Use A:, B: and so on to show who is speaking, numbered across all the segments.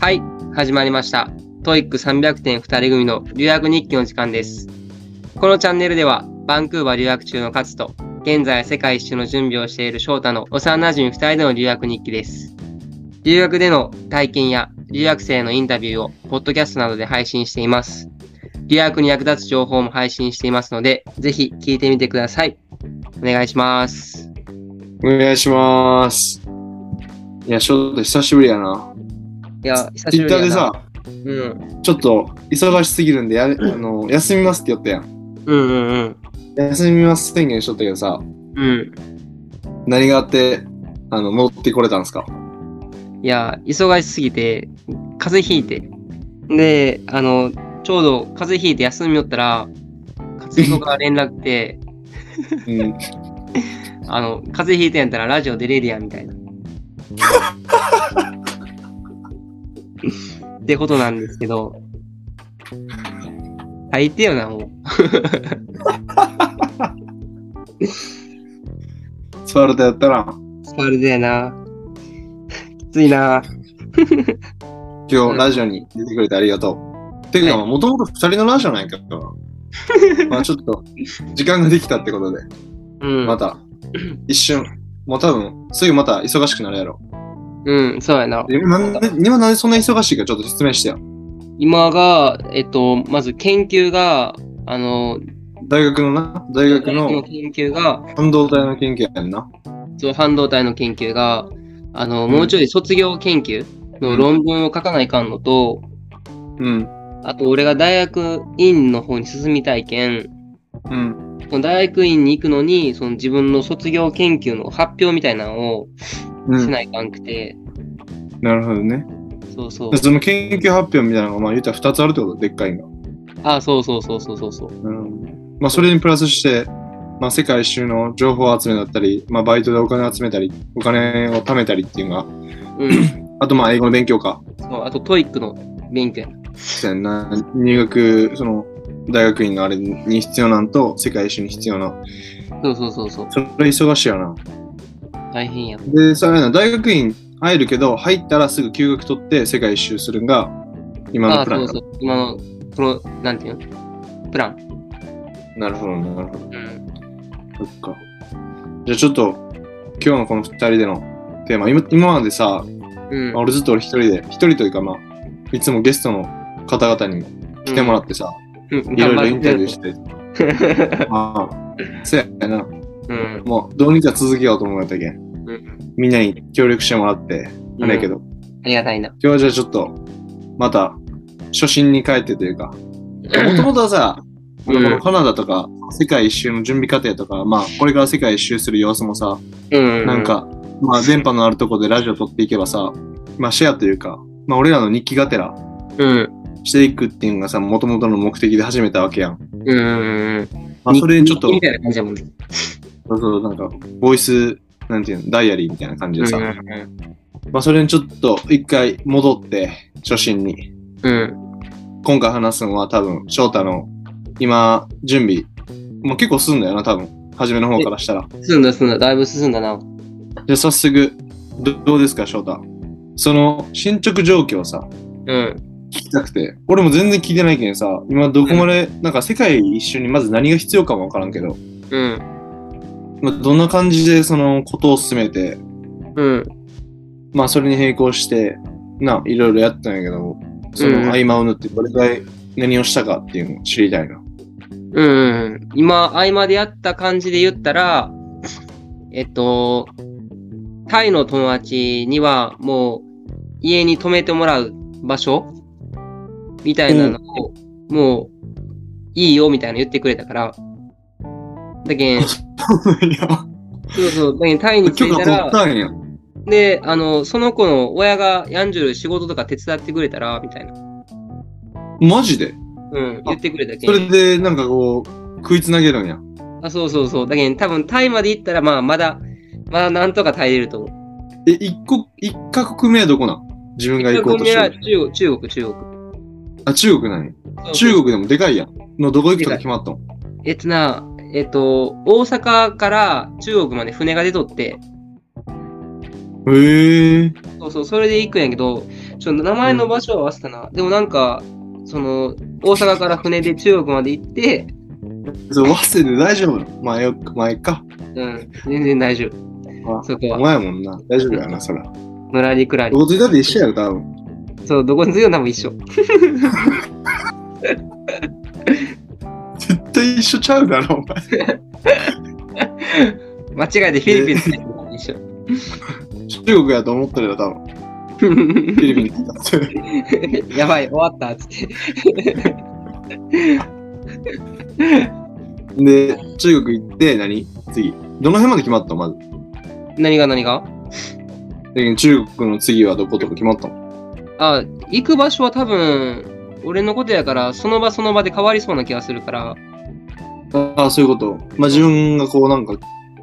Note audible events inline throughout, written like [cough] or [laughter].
A: はい、始まりました。トイック300点2人組の留学日記の時間です。このチャンネルでは、バンクーバー留学中のカツと、現在世界一周の準備をしている翔太の幼馴染2人での留学日記です。留学での体験や留学生のインタビューを、ポッドキャストなどで配信しています。留学に役立つ情報も配信していますので、ぜひ聞いてみてください。お願いします。
B: お願いします。いや、ちょっと久しぶりやな。
A: いや、久し
B: ツイ
A: ぶ
B: ッ
A: り
B: タ
A: だ
B: ー
A: な。
B: でさ、
A: うん。
B: ちょっと忙しすぎるんでや、あの休みますって言ったやん。
A: うんうんうん。
B: 休みます宣言しとったけどさ、
A: うん。
B: 何があって、あの、戻ってこれたんですか
A: いや、忙しすぎて、風邪ひいて。で、あの、ちょうど風邪ひいて休みよったら、活動が連絡って、 [laughs]
B: うん。
A: あの、風邪ひいてんやったらラジオ出れるやんみたいな。 [laughs] ってことなんですけど、大抵よな、もう。
B: スパルタやったら、
A: スパルだよな。きついな。
B: 今
A: う
B: 日
A: ん
B: ラジオに出てくれてありがとう。てか、
A: は
B: もともと二人のラジオなんやけ
A: [laughs]
B: どな。まあちょっと、時間ができたってことで、
A: うん。
B: また、一瞬、もう多分、すぐまた忙しくなるやろ。
A: うん、そうやな。
B: で今なんで、今なんでそんな忙しいかちょっと説明してよ。
A: 今が、えっと、まず研究が、あの、
B: 大学のな、大学の
A: 研究が、
B: 半導体の研究やんな。
A: そう半導体の研究があの、
B: うん
A: もうちょい卒業研究の論文を書かないかんのと、
B: うん。
A: あと俺が大学院の方に進みたいけん、
B: うん。
A: その大学院に行くのに、その自分の卒業研究の発表みたいなのを
B: う
A: し
B: ん。
A: ないかんくて、
B: なるほどね。
A: そうそう。
B: その研究発表みたいなのが、まあ言ったら2つあるってこと、でっかいの
A: あ、そうそうそうそうそうそう。
B: が。うん。まあそれにプラスして、まあ世界一周の情報集めだったり、まあバイトでお金集めたり、お金を貯めたりっていうのが、
A: うん。
B: あとまあ英語の勉強か。
A: そうあとトイックの勉強やな
B: そうやんな入学、その、大学院のあれに必要なんと、世界一周に必要な。
A: そうそうそうそう。
B: それ忙しいよな。
A: 大変や。
B: で、それな大学院入るけど、入ったらすぐ休学取って世界一周するんが、今
A: あ
B: のプラン
A: そう
B: だ
A: そう。今の、この、なんていうのプラン。
B: なるほど、なるほど。
A: うん。
B: そっか。じゃあちょっと、今日のこの2人でのテーマ、今今までさ、
A: うん。
B: 俺ずっと俺一人で、一人というかまあ、いつもゲストの方々に来てもらってさ、
A: うん、
B: いろいろイ
A: 頑
B: ンタビュ
A: 張
B: ー
A: って
B: して。ああ、そやな。
A: うん。
B: もう、どうにか続けようと思ったけん。
A: うん。
B: みんなに協力してもらって、あれやけど、
A: ありがたいな。
B: 今日はじゃあちょっと、また、初心に帰ってというか、もともとはさ、あの
A: うん
B: このカナダとか、世界一周の準備過程とか、まあ、これから世界一周する様子もさ、
A: うん
B: なん、か、まあ、電波のあるとこでラジオ撮っていけばさ、まあ、シェアというか、まあ、俺らの日記がてら
A: うん。
B: していくっていうのがさ、もともとの目的で始めたわけやん。
A: うんうんうん。
B: まあ、それちょっと、
A: みたいな感じだもんね。
B: そうそう、なんか、ボイス、なんていうの、ダイアリーみたいな感じでさ、
A: う
B: まあ、それにちょっと一回戻って、初心に。
A: ん。
B: 今回話すのは多分翔太の今準備もう結構進んだよな多分初めの方からしたら
A: 進んだ進んだ。だいぶ進んだな。
B: じゃあ早速どどうですか翔太その進捗状況をさ
A: うん。
B: 聞きたくて俺も全然聞いてないけどさ今どこまで、なんか世界一周にまず何が必要かもわからんけど、
A: うん。
B: まあ、どんな感じでそのことを進めて
A: うん。
B: まあそれに並行してないろいろやったんやけどそ
A: うん
B: の合間を縫ってどれぐらい何をしたかっていうのを知りたいな
A: うん。今、合間でやった感じで言ったら、えっと、タイの友達にはもう家に泊めてもらう場所みたいなのを、もういいよみたいなの言ってくれたから。だけん、
B: いや
A: そうそう、だけんタイに着
B: 許
A: い
B: 可
A: た
B: 取
A: ら
B: っ、たんや
A: で、あの、その子の親がヤンジュル仕事とか手伝ってくれたら、みたいな。
B: マジで
A: うん、言ってくれたけ
B: それ
A: ん。
B: で、なんかこう、食いつなげるんや。
A: あ、そうそうそう。だけん、多分タイまで行ったら、まあ、まだ、まだなんとか耐えれると思う。
B: え、一国、一カ国目はどこなん自分が行こうとして
A: は
B: る。
A: 中国、中国、中国。
B: あ、中国なんや。
A: そう
B: 中国でもでかいやん。のどこ行くとか決まったの
A: えっとな、えっと、大阪から中国まで船が出とって、
B: へえ。
A: そうそう、それで行くんやけど、ちょっと名前の場所は合わせたな。でもなんか、その、大阪から船で中国まで行って、
B: それ早稲で大丈夫なの前よ前か。
A: うん、全然大丈夫。
B: あ
A: そこ
B: お
A: は、
B: 前やもんな。大丈夫やな、そら。
A: のらりくらり
B: ど。こついたって一緒やろ、多分。
A: そう、どこに着くのも一緒。
B: 絶対一緒ちゃうだろ、お前。
A: 間違えてフィリピンに着いたのも一緒。 [laughs]
B: 中国やと思ったら多分。フィリピンに来た。それ
A: やばい、終わったっつって。
B: で、中国行って何、次。どの辺まで決まったのまず。
A: 何が何が
B: で中国の次はどことか決まったの
A: あ、行く場所は多分、俺のことやから、その場その場で変わりそうな気がするから、
B: ああ、そういうこと。まあ自分がこうなんか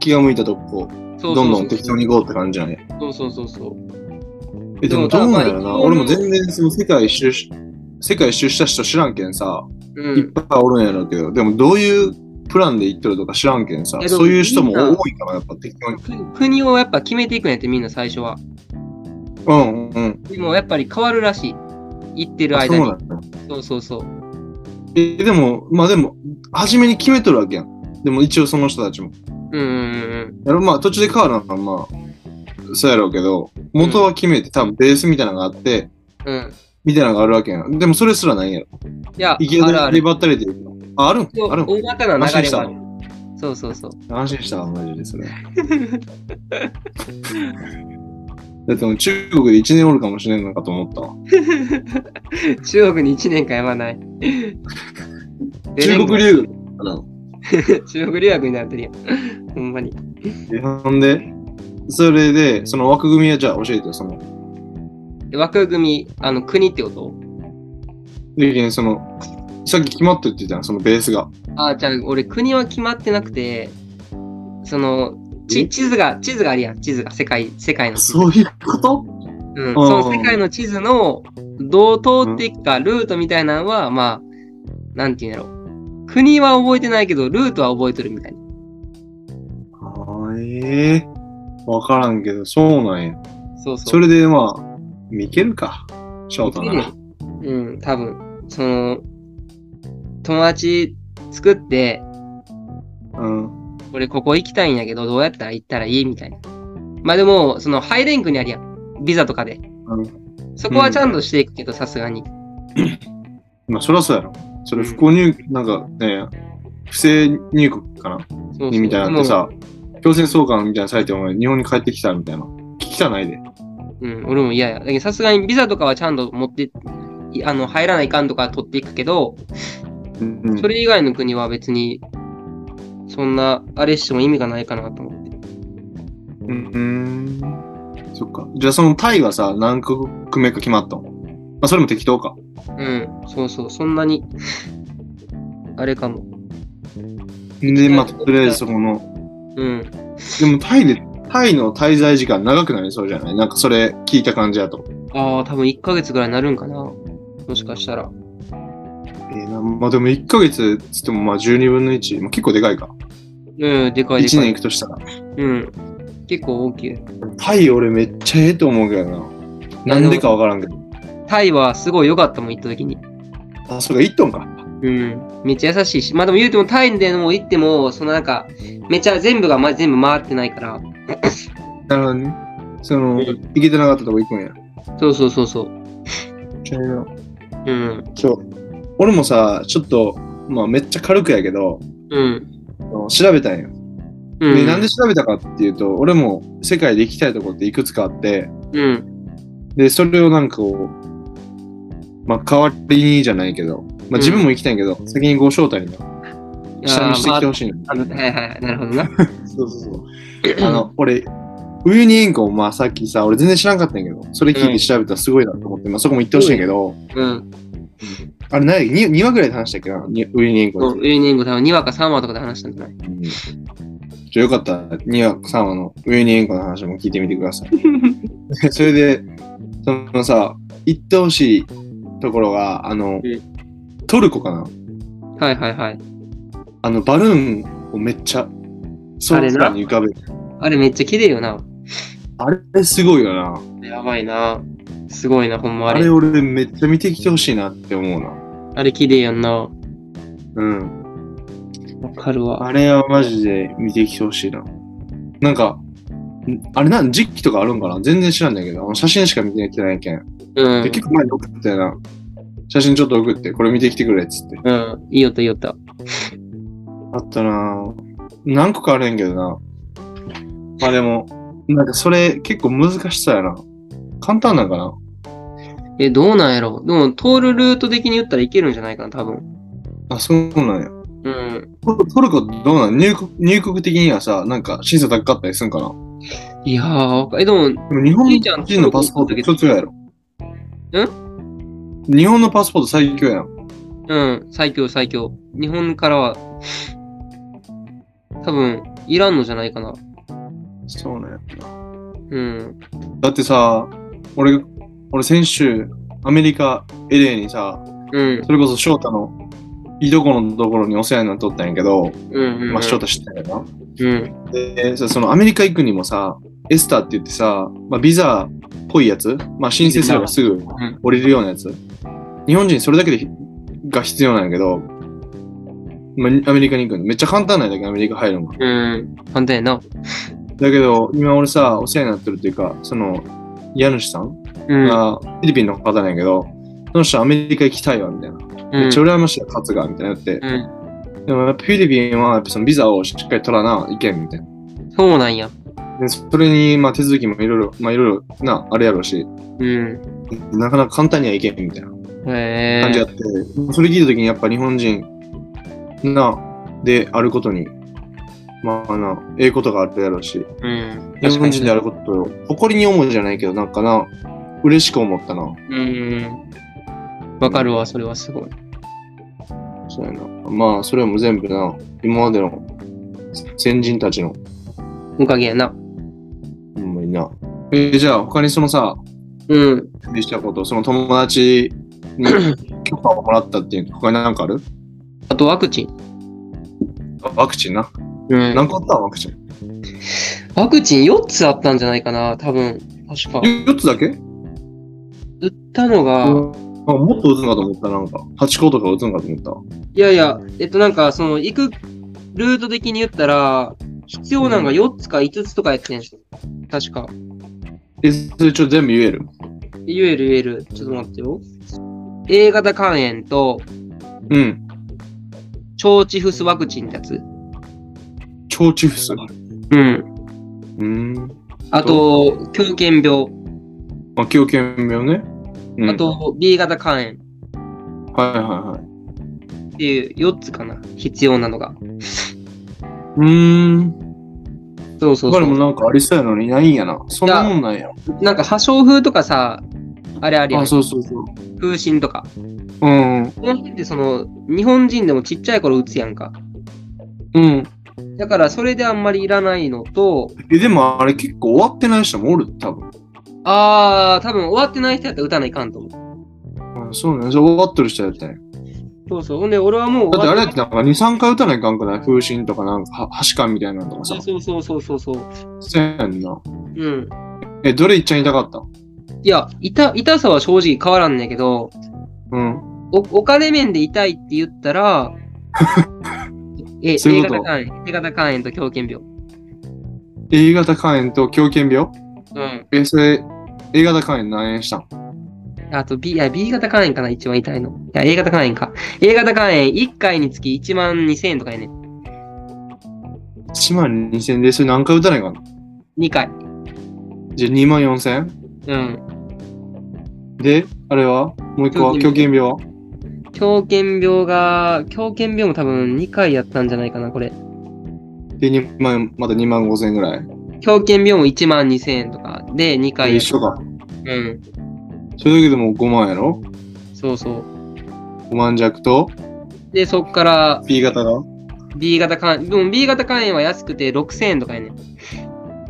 B: 気が向いたとこ、
A: そうそうそう
B: どんどん適当に行こうって感じなんや。
A: そうそうそうそう。
B: え、でも
A: で
B: ど
A: も
B: うなんやろ
A: まあ
B: な。
A: 一応
B: 俺も全然その世界一周し、世界一周した人知らんけんさ、
A: う
B: いっ
A: ん。
B: ぱいおるんやろうけど、でもどういうプランで行っとるとか知らんけんさ
A: い、やでも
B: そういう人も
A: みんな
B: 多いから、やっぱ適当に。
A: く国をやっぱ決めていくねってみんな最初は。
B: うんうんうん。
A: でもやっぱり変わるらしい。行ってる
B: あそ
A: 間
B: う
A: に
B: な。んだ。
A: そうそうそう。
B: え、でも、まあでも、初めに決めとるわけやん。でも一応その人たちも。
A: うんうん
B: やろまあ途中で変わるのはまあ、そうやろうけど、元は決めて、多分ベースみたいなのがあって、
A: うん。うん。
B: みたいなのがあるわけやん。でもそれすらないんやろ。
A: いや、
B: 行き当
A: あるあ
B: たり
A: る。
B: ばったりでいくの。あ、あるん
A: そう
B: あるん
A: 大まかな流
B: 安心
A: れ
B: した
A: はある。そうそうそう。
B: 安心したわ、マジでそれ。だってもう中国で1年おるかもしれんのかと思ったわ。
A: 中国に1年間やま
B: [laughs]
A: ない。
B: 中国留学かな
A: 学 [laughs] 中国留学にな [laughs] ってるやん。ほんまに。
B: えほんで、それで、その枠組みはじゃあ教えてよ、その。
A: 枠組み、あの、国ってこと
B: で、その、さっき決まってるって言ったの、そのベースが。
A: あ、じゃあ俺国は決まってなくて、その、ち
B: え
A: 地図が、地図があるやん、地図が、世界、世界の。
B: そういうこと
A: うん、
B: うん
A: その世界の地図の、どう通っていくか、ルートみたいなのは、まあ、なんていうんだろう。国は覚えてないけど、ルートは覚えてるみたいな。
B: あええわからんけど、そうなんや。
A: そうそう。
B: それで、まあ、見けるか。翔太なら。
A: うん、多分。その、友達作って、
B: うん。
A: 俺ここ行きたいんやけど、どうやったら行ったらいいみたいな。まあでも、そのハイレンクにあるやん。ビザとかで。そこはちゃんとしていくけど、さすがに。
B: まあ、そらそうやろ。それ、不幸入、なんかね、不正入国かな
A: そう
B: にみたいなのってさ、強制送還みたいなされて、お前、日本に帰ってきたみたいな。聞きたないで。
A: うん、うん俺も嫌や。だけどさすがにビザとかはちゃんと持って、いあの、入らないかんとか取っていくけど、
B: うん
A: それ以外の国は別に、そんな、あれしても意味がないかなと思って。
B: うん。そっか。じゃあ、そのタイはさ、何国目か決まったのまあ、それも適当か。
A: うん、そうそう、そんなに、あれかも。
B: で、まあ、とりあえずそこの、
A: うん。
B: でもタイで、タイの滞在時間長くなりそうじゃないなんかそれ聞いた感じだと。
A: ああ、多分1ヶ月ぐらいになるんかな。もしかしたら。
B: ええなまあでも1ヶ月っつってもまあ12分の1、まあ、結構でかいか。
A: うん、でかい
B: 1
A: でかい
B: 年行。くとしたら。
A: うん。結構大きい。
B: タイ俺めっちゃええと思うけどな。なんでかわからんけど。
A: タイはすごい良かったもん、行った時に。
B: あ、それが1トンか。
A: うん。めっちゃ優しいし。まあでも言うてもタイでも行っても、そのなんか、めっちゃ全部が、ま、全部回ってないから。
B: なるほどね。その、
A: うん
B: 行けてなかったとこ行くんや。
A: そうそうそうそう。
B: ちゃうよ
A: うん。
B: そう。俺もさ、ちょっと、まあめっちゃ軽くやけど、
A: うん。
B: あの調べたんよ。
A: う
B: で、
A: ん。
B: なんで調べたかっていうと、俺も世界で行きたいとこっていくつかあって、
A: うん。
B: で、それをなんかこう、まあ、代わりにじゃないけど、まあ、自分も行きたいけど、先にご招待に下見してきてほしいの。
A: あーまああのはいはいはい。なるほどな。
B: そうそうそう。あの、俺、ウユニ塩湖、まあ、さっきさ、俺全然知らんかったんやけど、それ聞いて調べたらすごいなと思って、まあ、そこも行ってほしいんやけど、 [laughs]
A: うん。
B: あれ何、に 2, 話ぐらいで話したっけな、にウユニ塩
A: そ
B: 湖
A: う
B: で。
A: ウイニング多分2話か3話とかで話したんじゃない
B: うんちょよかったら、2話、3話のウユニ塩湖の話も聞いてみてください。 [laughs] それで、そのさ、行ってほしいところが、あの
A: うん、
B: トルコかな。
A: はいはいはい。
B: あの、バルーンをめっちゃ、
A: あれな
B: 空に浮かべる。
A: あれめっちゃ綺麗よな。
B: あれすごいよな。
A: やばいな。すごいな、ほんまあ
B: あ
A: れ。あ
B: れ
A: れ
B: 俺めっちゃ見てきてほしいなって思うな。
A: 綺麗やんな。
B: うん。
A: わかるわ。
B: あれはマジで見てきてほしいな。なんか、んあれなん、時期とかあるんかな全然知らんだけど、あの写真しか見てきてないけん。
A: うん
B: で。結構前に送ったよな。写真ちょっと送って、これ見てきてくれっつって。
A: うん。いいよったいいよった。
B: あったなぁ何個かあるんやけどな。まあでも、なんかそれ結構難しそうやな。簡単なんかな
A: え、どうなんやろでも、通るルート的に言ったらいけるんじゃないかな、多分。
B: あ、そうなんや。
A: うん。
B: トルトルコどうなん入国入国的にはさ、なんか審査高かったりするんかない
A: やー、わかえ、でも、
B: でも日
A: いいじゃん
B: 本人のパスポート一つやろ。ん日本のパスポート最強やん。
A: うん、最強最強。日本からは、多分、いらんのじゃないかな。
B: そうなんや。
A: うん。
B: だってさ、俺、俺先週、アメリカ、LA にさ、
A: うん。
B: それこそ翔太のいとこのところにお世話になっとったんやけど、
A: うん。うん
B: まあ翔太知ったよ
A: う
B: な。
A: ん。
B: で、そそのアメリカ行くにもさ、エスターって言ってさ、まあ、ビザっぽいやつ、まあ、申請すればすぐ
A: ん
B: 降りるようなやつ。日本人それだけでひが必要なんやけど、まあ、にアメリカに行くの。めっちゃ簡単なんだけど、アメリカ入るのが。
A: うん。簡単やな。
B: だけど、今俺さ、お世話になってるっていうか、その、家主さん
A: うん。
B: がフィリピンの方なんやけど、その人アメリカ行きたいわ、みたいな。
A: うん
B: めっちゃ羨ましい、勝つが、みたいな言って。
A: う
B: でもやっぱフィリピンはやっぱそのビザをしっかり取らな、いけん、みたいな。
A: ん。そうなんや。
B: でそれに、まあ、手続きもいろいろ、まあ、いろいろな、あれやろうし、
A: うん。
B: なかなか簡単にはいけんみたいな
A: へ
B: 感じや
A: え。
B: って、それ聞いたときにやっぱ日本人な、であることに、まあな、ええことがあるやろうし、
A: うん。
B: 日本人であ
A: る。
B: ることを誇りに思うじゃないけど、なんかな、嬉しく思ったな。
A: うん。わかるわ、それはすごい。
B: そうやな。まあ、それも全部な、今までの先人たちの、
A: おかげやな。
B: ほんまにな。えーじゃあ、他にそのさ、
A: うん。
B: でしたこと、その友達に許可をもらったっていうの、他に何かある
A: あとワクチン。
B: ワクチンな。
A: うん。
B: 何個あったワクチン。
A: ワクチン4つあったんじゃないかな、多分。確か。
B: 4つだけ
A: 打ったの
B: あ
A: が、
B: もっと打つんかと思った、なんか。8個とか打つんかと思っ
A: いやいや、えっとなんか、その、行くルート的に言ったら、必要なんが4つか5つとかやってんすよ。確か。
B: た。え、それちょっと全部言える
A: 言える言える。ちょっと待ってよ。A 型肝炎と、
B: うん。
A: 腸チフスワクチンってやつ。
B: 腸チフス。う
A: うん。
B: ーん。
A: あと、狂犬病。
B: まあ、狂犬病ね。うん、
A: あ。と、B 型肝炎
B: はいはいはい。
A: っていう4つかな。必要なのが。
B: うーん。
A: そうそう
B: 他に
A: そ
B: も
A: う。
B: なんかありそうやのにないんやな。そんなもんなんや。
A: なんか、破傷風とかさ、あれあるやん
B: あ、。そうそうそう。
A: 風疹とか。
B: うん。うん
A: この辺ってその、日本人でもちっちゃい頃打つやんか。
B: うん。
A: だから、それであんまりいらないのと、
B: え、でもあれ結構終わってない人もおる、多分。
A: あー、多分終わってない人やったら打たないかんと思う。
B: あそうね。じゃあ終わってる人やったんや。
A: そうそう。ほんで、俺はもう
B: だ
A: 終
B: って
A: わ
B: あれ
A: っ
B: やってなんか2、3回打たないかんくない風疹とかなんか、は、はしかみたいなのとかさ
A: そう。そうそうそうそうそう。
B: そうやんな。
A: うん。
B: え、どれいっちゃいたかった
A: いや、痛、痛さは正直変わらんねんけど、
B: うん。
A: お、お金面で痛いって言ったら、え、A
B: そういう
A: 型
B: こと
A: 肝炎、A 型肝炎と狂犬病。
B: A 型肝炎と狂犬病
A: うん。
B: え、それ、A 型肝炎何円したん
A: あと B、いや、B 型肝炎かな、一番痛いの。いや、A 型肝炎か。A 型肝炎、1回につき1万2000円とかやねん。
B: ?1 万2000で、それ何回打たないかな
A: 2回。
B: じゃあ2万4000
A: うん。
B: で、あれはもう一個は
A: 狂
B: 狂
A: 犬
B: 犬病は
A: 狂犬病が、狂犬病も多分2回やったんじゃないかな、これ。
B: で、2万、また2万5000ぐらい。
A: 狂犬病も1万2000円とかで2回
B: 一緒か。
A: うん。
B: それだけでも5万やろ
A: そうそう。
B: ?5 万弱と
A: で、そっから
B: B 型が
A: B 型肝炎、でも B 型肝炎は安くて6000円とかやねん。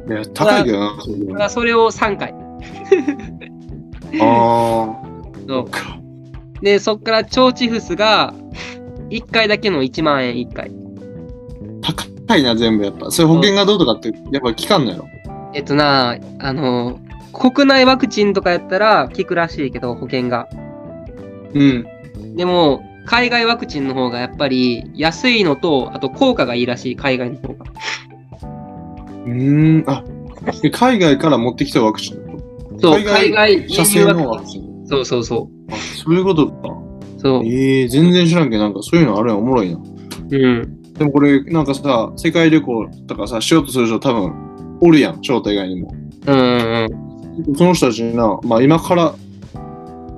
A: だ
B: いや、高いけどな、それで
A: か
B: も
A: らそれを3回。
B: あ
A: そ
B: か
A: うで、そっから腸チフスが1回だけの1万円1回。
B: ー、高いな、全部やっぱ。それ保険がどうとかって、やっぱ効かんのやろ
A: えっとな、あの、国内ワクチンとかやったら効くらしいけど、保険が。
B: うん。
A: でも、海外ワクチンの方がやっぱり安いのと、あと効果がいいらしい、海外の方が。
B: うーん。あ、え海外から持ってきたワクチン
A: そう、海外 EU
B: 社製の
A: ワ
B: ワ
A: ク
B: ク
A: チ
B: チン。
A: ン。そうそうそ
B: あ、そういうことか。
A: う。そう。
B: ええ全然知らんけど、なんかそういうのあるやん、おもろいな。
A: うん。
B: でもこれ、なんかさ、世界旅行とかさ、しようとする人多分、おるやん、翔太以外にも。
A: うんうんうん。
B: その人たちにな、まあ今から、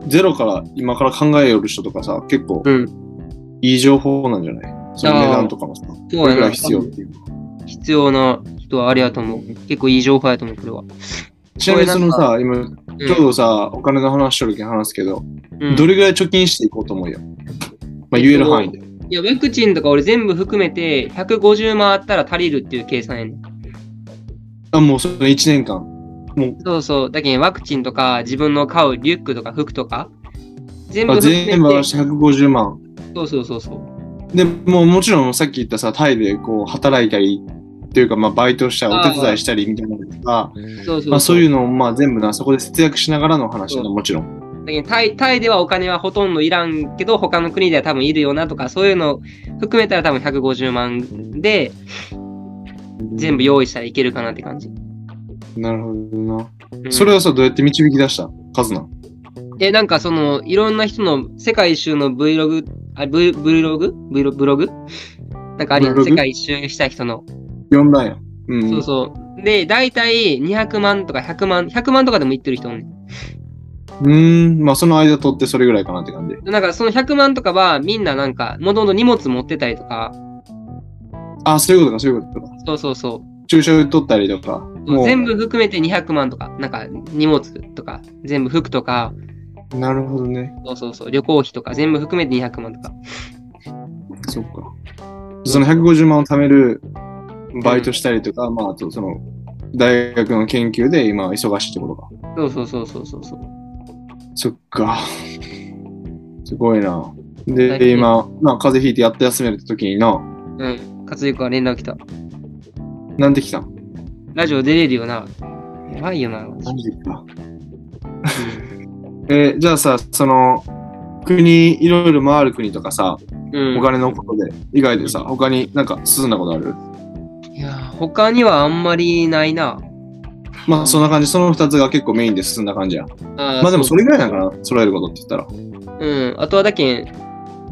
B: ゼロから今から考えよる人とかさ、結構
A: うん。
B: いい情報なんじゃないその値段とかもさ、こ
A: そう
B: れ
A: や
B: ぐら
A: な。
B: い必要っていう。
A: 必要な人はあれやと思う。結構いい情報やと思う、これは。
B: ちなみにそのさ、今、
A: うん
B: ちょうどさ、お金の話しとるけん話すけど、
A: うん
B: どれぐらい貯金していこうと思うよ。まあ言える範囲で。
A: いや、ワクチンとか俺全部含めて150万あったら足りるっていう計算やねん。
B: あ、もうそれ1年間。
A: そうそう。だけどワクチンとか自分の買うリュックとか服とか全部
B: あ
A: 含
B: 全部合
A: め
B: わ
A: て。
B: せて150万。
A: そうそうそうそう。
B: でもうもちろんさっき言ったさ、タイでこう働いたり、っていうかまあバイトしたり、お手伝いしたりみたいなのとか、
A: そうそうそう。
B: まあそういう
A: う。
B: のをまあ全部な、そこで節約しながらの話だな、
A: そう
B: もちろん。
A: だけどタイ、タイではお金はほとんどいらんけど、他の国では多分いるよなとか、そういうの含めたら多分150万で全部用意したらいけるかなって感じ。
B: なるほどな。
A: うん
B: それはさ、どうやって導き出したカズナ。
A: え、なんかその、いろんな人の世界一周の Vlog、あ、V、Vlog? Vlog? ブログなんかあるやん、
B: Vlog？
A: 世界一周した人の。
B: 呼んだんや。うん。
A: そうそう。で、大体200万とか100万、100万とかでも言ってる人もいる。
B: うーん。まあその間取ってそれぐらいかなって感じ。
A: なんかその100万とかはみんななんか、もともと荷物持ってたりとか、
B: あ、そういうことか、そういうことか。
A: そうそうそ
B: 注射取ったりとか。
A: う。全部含めて200万とか、なんか荷物とか、全部服とか、
B: なるほどね。
A: そうそうそう、旅行費とか、全部含めて200万とか。
B: そっか。その150万を貯めるバイトしたりとか、まああとその、大学の研究で今忙しいってことか。
A: そうそうそうそうそうそう。
B: そっか。すごいな。
A: 大
B: で、
A: 変
B: 今、まあ風邪ひいてやっと休める時にな、
A: うん。勝之から連絡来た。
B: なんで来たん
A: ラジオ出れるよな。やばいよな。
B: なんで来たえーじゃあさ、その、国、いろいろ回る国とかさ、
A: うん
B: お金のことで、以外でさ、他になんか進んだことある
A: いやー、他にはあんまりないな。
B: まあ、そんな感じ、その2つが結構メインで進んだ感じや。
A: あー
B: まあでもそれぐらいなんかな、揃えることって言ったら。
A: うん。あとはだけん、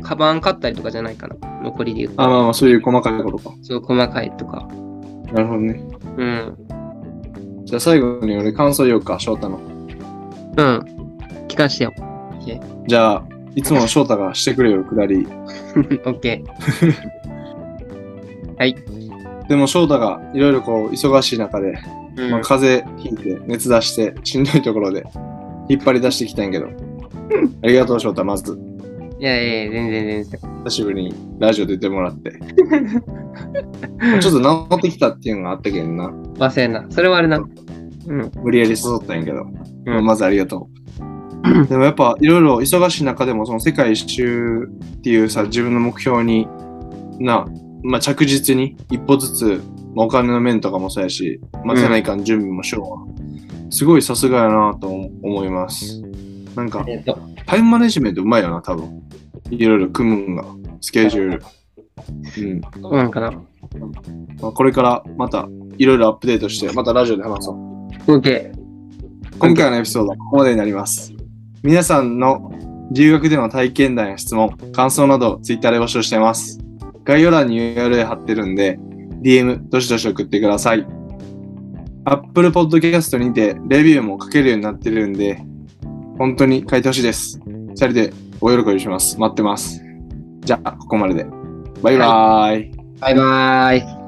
A: カバン買ったりとかじゃないかな。残りで言うと。
B: あ、まあまあ、そういう細かいことか。
A: そう、細かいとか。
B: なるほどね。
A: うん。
B: じゃあ最後に俺、感想言おうか、翔太の。
A: うん。聞かしてよ。
B: じゃあ、いつもの翔太がしてくれよ、くだり。
A: オッケー。
B: でも翔太がいろいろこう、忙しい中で、
A: うん
B: まあ、風邪ひいて、熱出して、しんどいところで、引っ張り出してきたんやけど。ありがとう、翔太、まず。
A: いやいやいや、全然全然。
B: 久しぶりにラジオ出ても
A: [laughs]
B: らって。ちょっと治ってきたっていうのがあったけんな。
A: 忘れんな。それはあれな。うん。
B: 無理やり誘ったんやけど。
A: う
B: まずありがと
A: [laughs]
B: う。でもやっぱいろいろ忙しい中でもその世界一周っていうさ自分の目標にな、まあ、着実に一歩ずつ、まあお金の面とかもそうやし、まあ、
A: うん
B: せないかん準備もしようわすごいさすがやなと思思います。なんか
A: えっと、
B: タイムマネジメントうまいよな多分。いろいろ組むんがスケジュール。うん。
A: そうなんかな。
B: まあ、これからまたいろいろアップデートして、またラジオで話そう。
A: オッケー。
B: 今回のエピソードはここまでになります。皆さんの留学での体験談や質問、感想などを Twitter で募集しています。概要欄に URL 貼ってるんで、DM どしどし送ってください。Apple Podcast にてレビューも書けるようになってるんで、本当に書いてほしいです。二人でお喜びします。待ってます。じゃあ、ここまでで。バイバーイ
A: バイバーイ。